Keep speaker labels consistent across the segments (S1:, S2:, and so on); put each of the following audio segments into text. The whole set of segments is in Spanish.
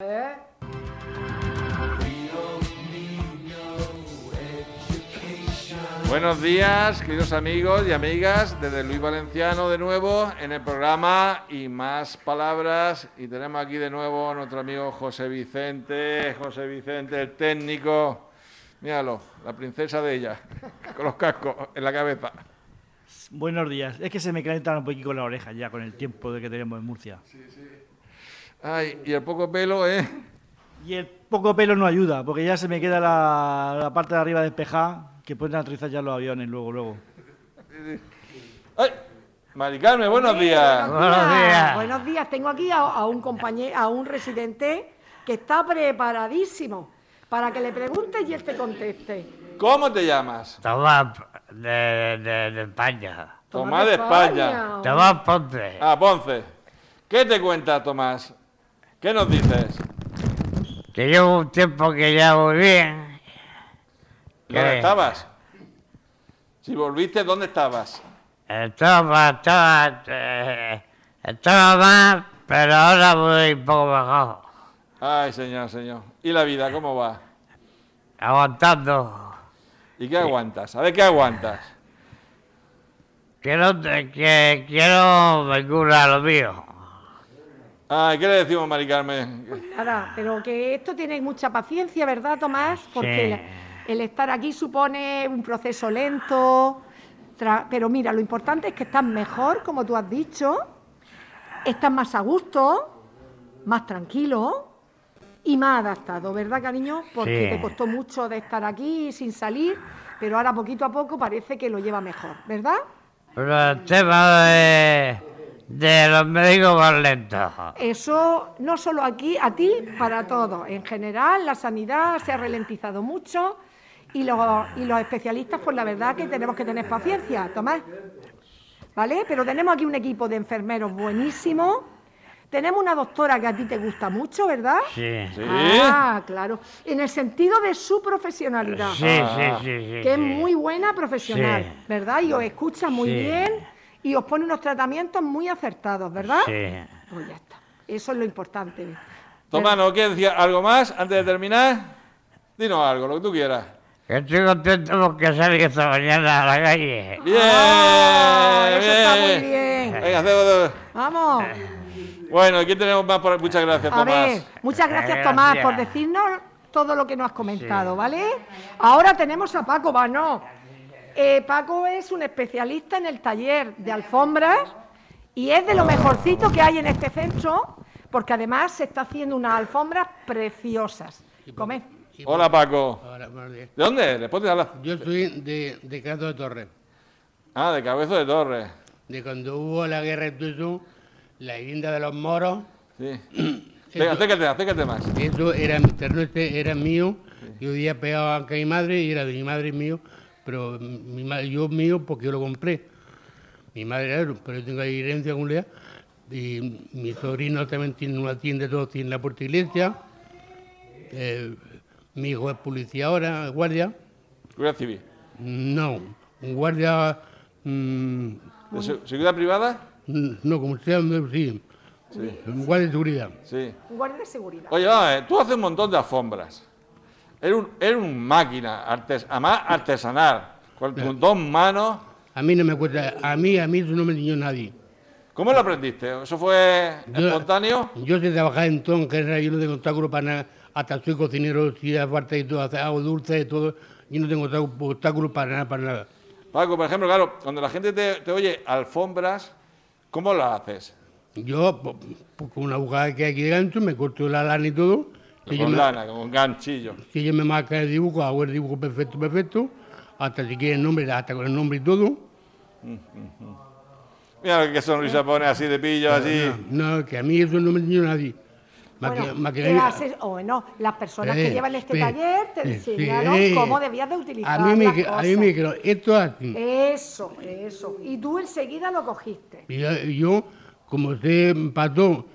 S1: ¿Eh?
S2: Buenos días, queridos amigos y amigas, desde Luis Valenciano de nuevo en el programa y más palabras. Y tenemos aquí de nuevo a nuestro amigo José Vicente, José Vicente, el técnico. Míralo, la princesa de ella, con los cascos en la cabeza.
S3: Buenos días. Es que se me calentan un poquito las orejas ya con el tiempo de que tenemos en Murcia.
S2: Ay, y el poco pelo, ¿eh?
S3: Y el poco pelo no ayuda, porque ya se me queda la, la parte de arriba despejada, que pueden aterrizar ya los aviones luego, luego.
S2: ¡Ay! Mari Carmen, buenos días.
S3: Buenos días.
S1: Buenos días. Tengo aquí a, a un compañero, a un residente que está preparadísimo para que le preguntes y él te conteste.
S2: ¿Cómo te llamas?
S4: Tomás de, de, de España.
S2: Tomás de España.
S1: Oh.
S4: Tomás Ponte.
S2: Ah, Ponce. ¿Qué te cuenta, Tomás? ¿Qué nos dices?
S4: Que llevo un tiempo que ya voy bien.
S2: ¿Dónde
S4: ¿Qué?
S2: estabas? Si volviste, ¿dónde estabas?
S4: Estaba, estaba, eh, estaba mal, pero ahora voy un poco mejor.
S2: Ay, señor, señor. ¿Y la vida cómo va?
S4: Aguantando.
S2: ¿Y qué aguantas? A ver, ¿qué aguantas?
S4: Quiero, que, quiero me cura lo mío.
S2: Ay, ¿qué le decimos, Mari Carmen?
S1: pues Nada, pero que esto tiene mucha paciencia, ¿verdad, Tomás? Porque el estar aquí supone un proceso lento. tra- Pero mira, lo importante es que estás mejor, como tú has dicho, estás más a gusto, más tranquilo y más adaptado, ¿verdad, cariño? Porque
S4: Sí.
S1: te costó mucho de estar aquí sin salir, pero ahora poquito a poco parece que lo lleva mejor, ¿verdad?
S4: Pero el tema de, de los médicos más lentos.
S1: Eso no solo aquí, a ti, para todos. En general, la sanidad se ha ralentizado mucho y los, y los especialistas, pues la verdad que tenemos que tener paciencia, Tomás. ¿Vale? Pero tenemos aquí un equipo de enfermeros buenísimo. Tenemos una doctora que a ti te gusta mucho, ¿verdad?
S4: Sí. Sí,
S2: Sí.
S1: Ah, claro. En el sentido de su profesionalidad,
S4: sí, sí.
S2: Ah.
S4: sí,
S1: que es
S4: sí.
S1: muy buena profesional,
S4: Sí.
S1: ¿verdad? Y os escucha muy
S4: Sí.
S1: bien y os pone unos tratamientos muy acertados, ¿verdad?
S4: Sí.
S1: Pues ya está. Eso es lo importante.
S2: Tomás, ¿no quieres decir algo más antes de terminar? Dinos algo, lo que tú quieras.
S4: Que Estoy contento porque salí esta mañana a la calle.
S2: ¡Bien!
S1: Ah, eso está muy bien.
S2: Venga, hacemos...
S1: Vamos.
S2: Bueno, aquí tenemos más por... Muchas gracias,
S1: A
S2: Eh, Tomás. Eh,
S1: ver, muchas gracias Tomás
S4: Gracias.
S1: por decirnos todo lo que nos has comentado, ¿vale? Ahora tenemos a Paco Bano. Eh, Paco es un especialista en el taller de alfombras y es de lo mejorcito que hay en este centro porque además se está haciendo unas alfombras preciosas.
S5: pues.
S1: Come.
S2: Hola, Paco.
S5: Ahora, buenos días.
S2: ¿De dónde eres? ¿Puedes hablar?
S5: Yo soy de, de Crato de Torres.
S2: Ah, de Cabezo de Torres.
S5: De cuando hubo la guerra de Tutú, la vivienda de los moros,
S2: Sí. Venga, acércate, acércate más.
S5: eso era mi terreno, este era mío. Yo vivía pegado a mi madre y era de mi madre y mío, pero mi ma- yo mío porque yo lo compré. Mi madre era, pero yo tengo ahí herencia con Lea. Y mi sobrino también tiene una tienda, todos tienen la puerta iglesia. Eh, mi hijo es policía ahora, guardia.
S2: Seguridad civil.
S5: No, un guardia. mm,
S2: ¿De se- ¿Seguridad privada?
S5: no, como sea, no, sí.
S2: Sí.
S5: Un guardia de seguridad.
S2: Sí.
S1: Un guardia de seguridad.
S2: Oye, vamos a ver, tú haces un montón de alfombras. Eres un, eres un máquina, artes, además artesanal, con
S5: Eh.
S2: tus dos manos.
S5: A mí no me cuesta, a mí, a mí eso no me enseñó nadie.
S2: ¿Cómo lo aprendiste? ¿Eso fue
S5: Yo-
S2: espontáneo?
S5: Yo sé trabajar en todo, en general, yo no tengo obstáculos para nada. Hasta soy cocinero, si aparte y todo, hace- hago dulce y todo. Yo no tengo obstá- obstáculos para nada, para nada.
S2: Paco, por ejemplo, claro, cuando la gente te, te oye alfombras, ¿cómo las haces?
S5: Yo, po- po- con una agujada que hay aquí de gancho, me corto la lana y todo. Que yo
S2: con
S5: me-
S2: lana, con ganchillo.
S5: que ella me marca el dibujo, hago el dibujo perfecto, perfecto, hasta si quiere el nombre, hasta con el nombre y todo.
S2: Mira qué sonrisa pone así de pillo, así.
S5: No, que a mí eso no me enseñó nadie. Más que-
S1: Bueno,
S5: más que
S1: ¿qué
S5: nadie-
S1: haces? O bueno, las personas que
S5: Eh,
S1: llevan este
S5: sí,
S1: taller te
S5: sí,
S1: enseñaron
S5: sí, eh.
S1: cómo debías de utilizar
S5: a mí me,
S1: las
S5: dije- a mí
S1: cosas. Eh.
S5: me dijeron, esto es así.
S1: Eso, eso. Y tú enseguida lo cogiste.
S5: Y yo, y yo, como sé pató,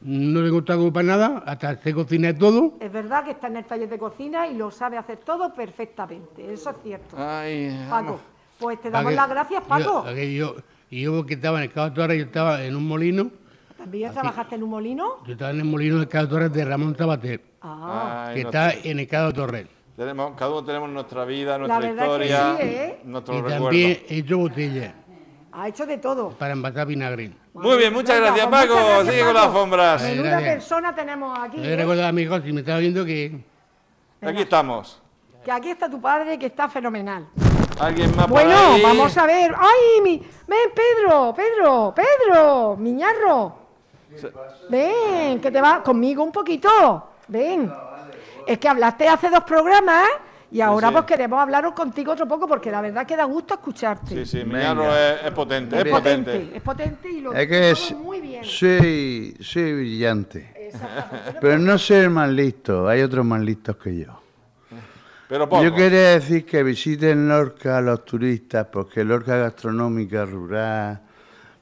S5: no le gustaba para nada, hasta se cocina y todo.
S1: Es verdad que está en el taller de cocina y lo sabe hacer todo perfectamente. Eso es cierto.
S2: Ay,
S1: Paco, pues te
S5: Pa'
S1: damos
S5: que-
S1: las gracias,
S5: yo-
S1: Paco.
S5: pa' que yo- y yo, porque estaba en el Cabo Torres, yo estaba en un molino,
S1: ¿También trabajaste en un molino?
S5: Yo estaba en el molino de Cado Torres de Ramón Tabater,
S1: Ah,
S2: Ay,
S5: que
S2: no-
S5: está en el Cado Torres.
S2: tenemos- cada uno tenemos nuestra vida, nuestra
S1: verdad que
S2: historia,
S1: sí, ¿eh?
S5: Y
S2: nuestros recuerdos.
S5: también he hecho botellas
S1: ha hecho de todo.
S5: para envasar vinagre.
S2: Muy bien, muchas
S1: Venga,
S2: gracias,
S1: pues muchas
S2: Paco.
S1: gracias,
S2: Sigue con
S1: Paco.
S2: las alfombras.
S5: Ahí.
S1: Menuda
S5: Gracias.
S1: persona tenemos aquí.
S5: Le
S1: ¿eh?
S5: recuerdo a mi hijo, si me está viendo, que
S2: Aquí estamos.
S1: Que aquí está tu padre, que está fenomenal.
S2: ¿Alguien más por
S1: Bueno,
S2: ahí?
S1: vamos a ver. ¡Ay, mi! ¡Ven, Pedro! ¡Pedro! ¡Pedro! ¡Miñarro! Ven, que te vas conmigo un poquito. Ven. Es que hablaste hace dos programas y ahora
S2: sí.
S1: pues queremos hablaros contigo otro poco porque la verdad que da gusto escucharte.
S2: Sí, sí,
S6: Venga.
S2: Miñarro es, es potente,
S6: Es
S2: es
S1: Es
S2: potente.
S1: potente, es potente y lo
S6: Es que
S1: todo
S6: es,
S1: muy bien.
S6: soy, soy brillante.
S1: Exactamente.
S6: Pero no soy el más listo, hay otros más listos que yo.
S2: Pero poco.
S6: Yo quería decir que visiten Lorca a los turistas, porque Lorca es gastronómica, rural,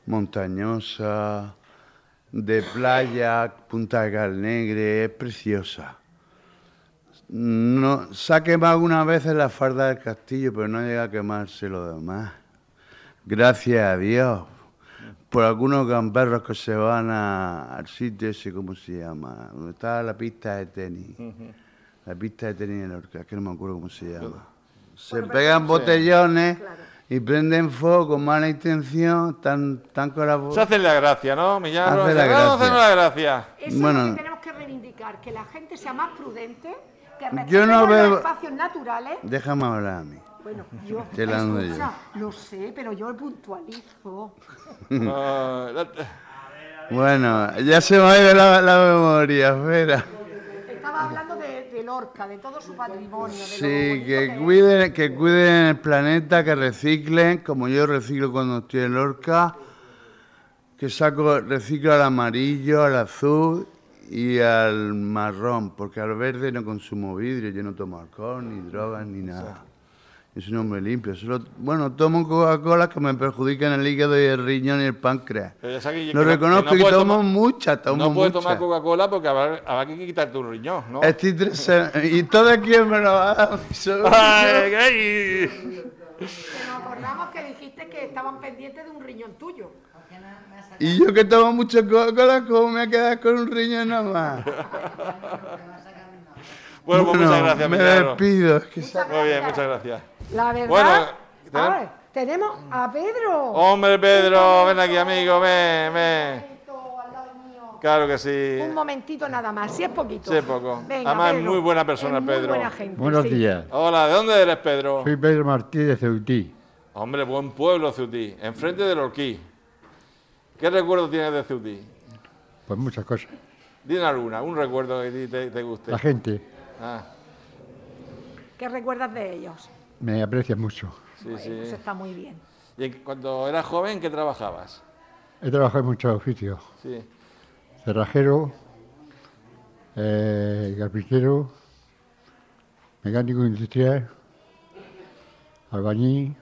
S6: montañosa, de playa, Punta de Galnegre, es preciosa. No, se ha quemado algunas veces la farda del castillo, pero no llega a quemarse lo demás. Gracias a Dios. Por algunos gamberros que se van a- al sitio ese, ¿cómo se llama? Donde está la pista de tenis. La pista de tenis en Lorca, que no me acuerdo cómo se llama. Se pegan botellones y prenden fuego con mala intención, tan, tan con la bo-
S2: Se hacen la gracia, ¿no, Miñarro?
S6: Hace la
S2: Vamos a hacernos la gracia.
S1: Eso es
S6: Bueno.
S1: lo que tenemos que reivindicar, que la gente sea más prudente, que
S6: Yo no
S1: respetemos
S6: veo-
S1: los espacios naturales.
S6: Déjame hablar a mí.
S1: Bueno, yo,
S6: Te la ando yo.
S1: escucha, lo sé, pero yo puntualizo.
S2: Ah, la-
S6: Bueno, ya se me ha ido la, la memoria, espera.
S1: Estaba hablando de, de Lorca, de todo su patrimonio. de lo
S6: Sí,
S1: bonito
S6: que
S1: es.
S6: cuiden, que cuiden el planeta, que reciclen, como yo reciclo cuando estoy en Lorca, que saco, reciclo al amarillo, al azul y al marrón, porque al verde no consumo vidrio, yo no tomo alcohol, ni drogas, ni nada. Yo soy un hombre limpio. Solo, bueno, tomo Coca-Cola que me perjudican el hígado y el riñón y el páncreas.
S2: Pero ya sabes que-
S6: Lo
S2: que no-
S6: reconozco
S2: que no
S6: y
S2: puedes
S6: tomo
S2: tomar-
S6: mucha, tomo
S2: No puedes
S6: mucha.
S2: tomar Coca-Cola porque habrá, habrá que quitarte un riñón, ¿no?
S6: Estoy tres semanas- ¿Y todo quién me lo va a dar? Soy yo.
S2: Ay, ay.
S1: Que nos acordamos que dijiste que estaban pendientes de un riñón tuyo.
S6: Y yo que tomo mucho Coca-Cola, ¿cómo me quedas con un riñón nomás?
S2: Bueno, pues muchas gracias,
S6: me
S2: Miñarro.
S6: despido. es que sa-
S2: Muy bien, muchas gracias.
S1: La verdad.
S2: Bueno,
S1: A
S2: tenemos-
S1: ver, tenemos a Pedro.
S2: Hombre, Pedro, ven aquí, amigo, ven, ven.
S1: Esto, al lado mío.
S2: Claro que sí.
S1: Un momentito nada más, si es poquito.
S2: Sí, es poco.
S1: Venga,
S2: Además, es
S1: Pedro.
S2: muy buena persona,
S1: Es muy
S2: Pedro.
S1: buena gente,
S7: Buenos
S1: sí.
S7: días.
S2: Hola, ¿de dónde eres, Pedro?
S7: Soy Pedro Martí de Ceutí.
S2: Hombre, buen pueblo, Ceutí, enfrente del Orquí. ¿Qué recuerdo tienes de Ceutí?
S7: Pues muchas cosas.
S2: Dime alguna, un recuerdo que a ti te, te guste.
S7: La gente
S2: Ah,
S1: ¿Qué recuerdas de ellos?
S7: me aprecia mucho.
S2: sí,
S1: Bueno,
S2: sí.
S1: Eso está muy bien.
S2: ¿Y en- cuando eras joven, qué trabajabas?
S7: He trabajado en muchos oficios.
S2: Sí.
S7: Cerrajero, eh, carpintero, mecánico industrial, albañil,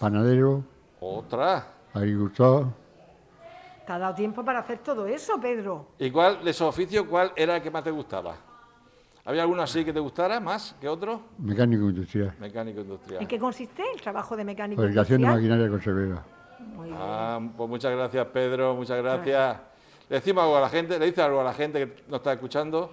S7: panadero,
S2: Otra.
S7: agricultor.
S1: Te ha dado tiempo para hacer todo eso, Pedro.
S2: ¿Y cuál, de esos oficios, cuál era el que más te gustaba? ¿Había alguno así que te gustara más que otro?
S7: Mecánico industrial.
S2: Mecánico industrial.
S1: ¿En qué consiste el trabajo de mecánico?
S6: Pues
S7: Fabricación de
S1: industrial?
S7: maquinaria conservera.
S1: Muy bien.
S2: Ah, pues muchas gracias, Pedro, muchas gracias. ¿Le decimos algo a la gente? ¿Le dices algo a la gente que nos está escuchando?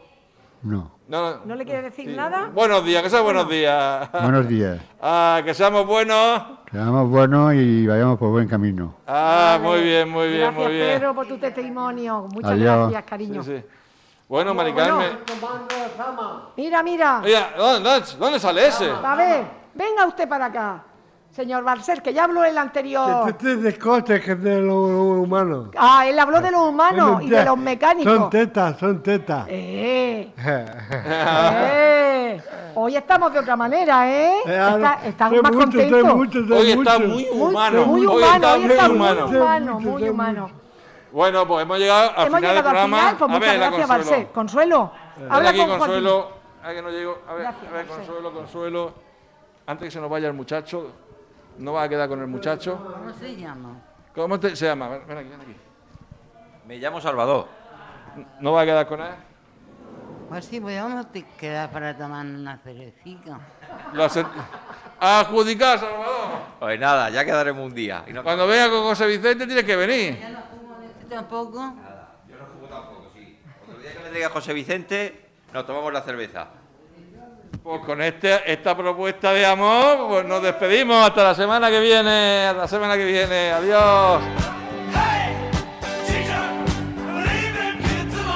S7: No.
S2: No,
S1: ¿No le quieres decir nada?
S2: Buenos días, que sean buenos días.
S7: Buenos días.
S2: Ah, que seamos buenos.
S7: Seamos buenos y vayamos por buen camino.
S2: Ah,
S1: Vale.
S2: muy bien, muy bien,
S1: gracias,
S2: muy bien.
S1: Pedro, por tu testimonio. Muchas
S7: Adiós.
S1: gracias, cariño.
S2: Sí, sí. Bueno, Mari Carmen.
S1: Mira, mira.
S2: Oiga, ¿dónde, dónde- dónde sale ese?
S1: A ver, venga usted para acá. Señor Barcel, que ya habló el anterior.
S8: Este descoche que es de los humanos.
S1: Ah, él habló de los humanos y de los
S8: Son
S1: mecánicos.
S8: tetas, son tetas.
S1: Eh. Eh. Hoy estamos de otra manera, ¿eh? Está- Estás
S8: Soy
S1: más
S8: ah, mucho, soy
S1: contento.
S8: mucho, soy
S2: Hoy está
S8: mucho.
S2: muy
S1: Muy-
S2: humano.
S1: Muy
S2: hoy
S1: humano,
S2: está
S1: hoy está muy
S2: humano.
S1: humano,
S8: Mucho,
S1: muy
S8: soy
S1: humano.
S2: Bueno, pues hemos llegado al
S1: Hemos
S2: final del
S1: llegado al
S2: programa.
S1: final, pues
S2: a
S1: muchas
S2: ver, la
S1: gracias,
S2: Consuelo.
S1: Barcel. Consuelo,
S2: Ven
S1: habla
S2: aquí,
S1: con Joaquín.
S2: Consuelo. Ah, que no llego. A ver,
S1: Gracias,
S2: a ver,
S1: Barcel.
S2: Consuelo, Consuelo. Antes que se nos vaya el muchacho, no va a quedar con el muchacho.
S9: ¿Cómo se llama?
S2: ¿Cómo te- se llama? Ven- Ven aquí, ven aquí.
S10: Me llamo Salvador.
S2: ¿No va a quedar con él?
S9: Pues sí, pues vamos a te- quedar para tomar una cerecita.
S2: Lo ace- Adjudicar, Salvador.
S10: Pues nada, ya quedaremos un día. Y no-
S2: Cuando venga con José Vicente tienes que venir.
S9: ¿Tú tampoco?
S10: diga José Vicente, nos tomamos la cerveza.
S2: Pues con este- esta propuesta de amor, pues nos despedimos hasta la semana que viene, hasta la semana que viene. Adiós.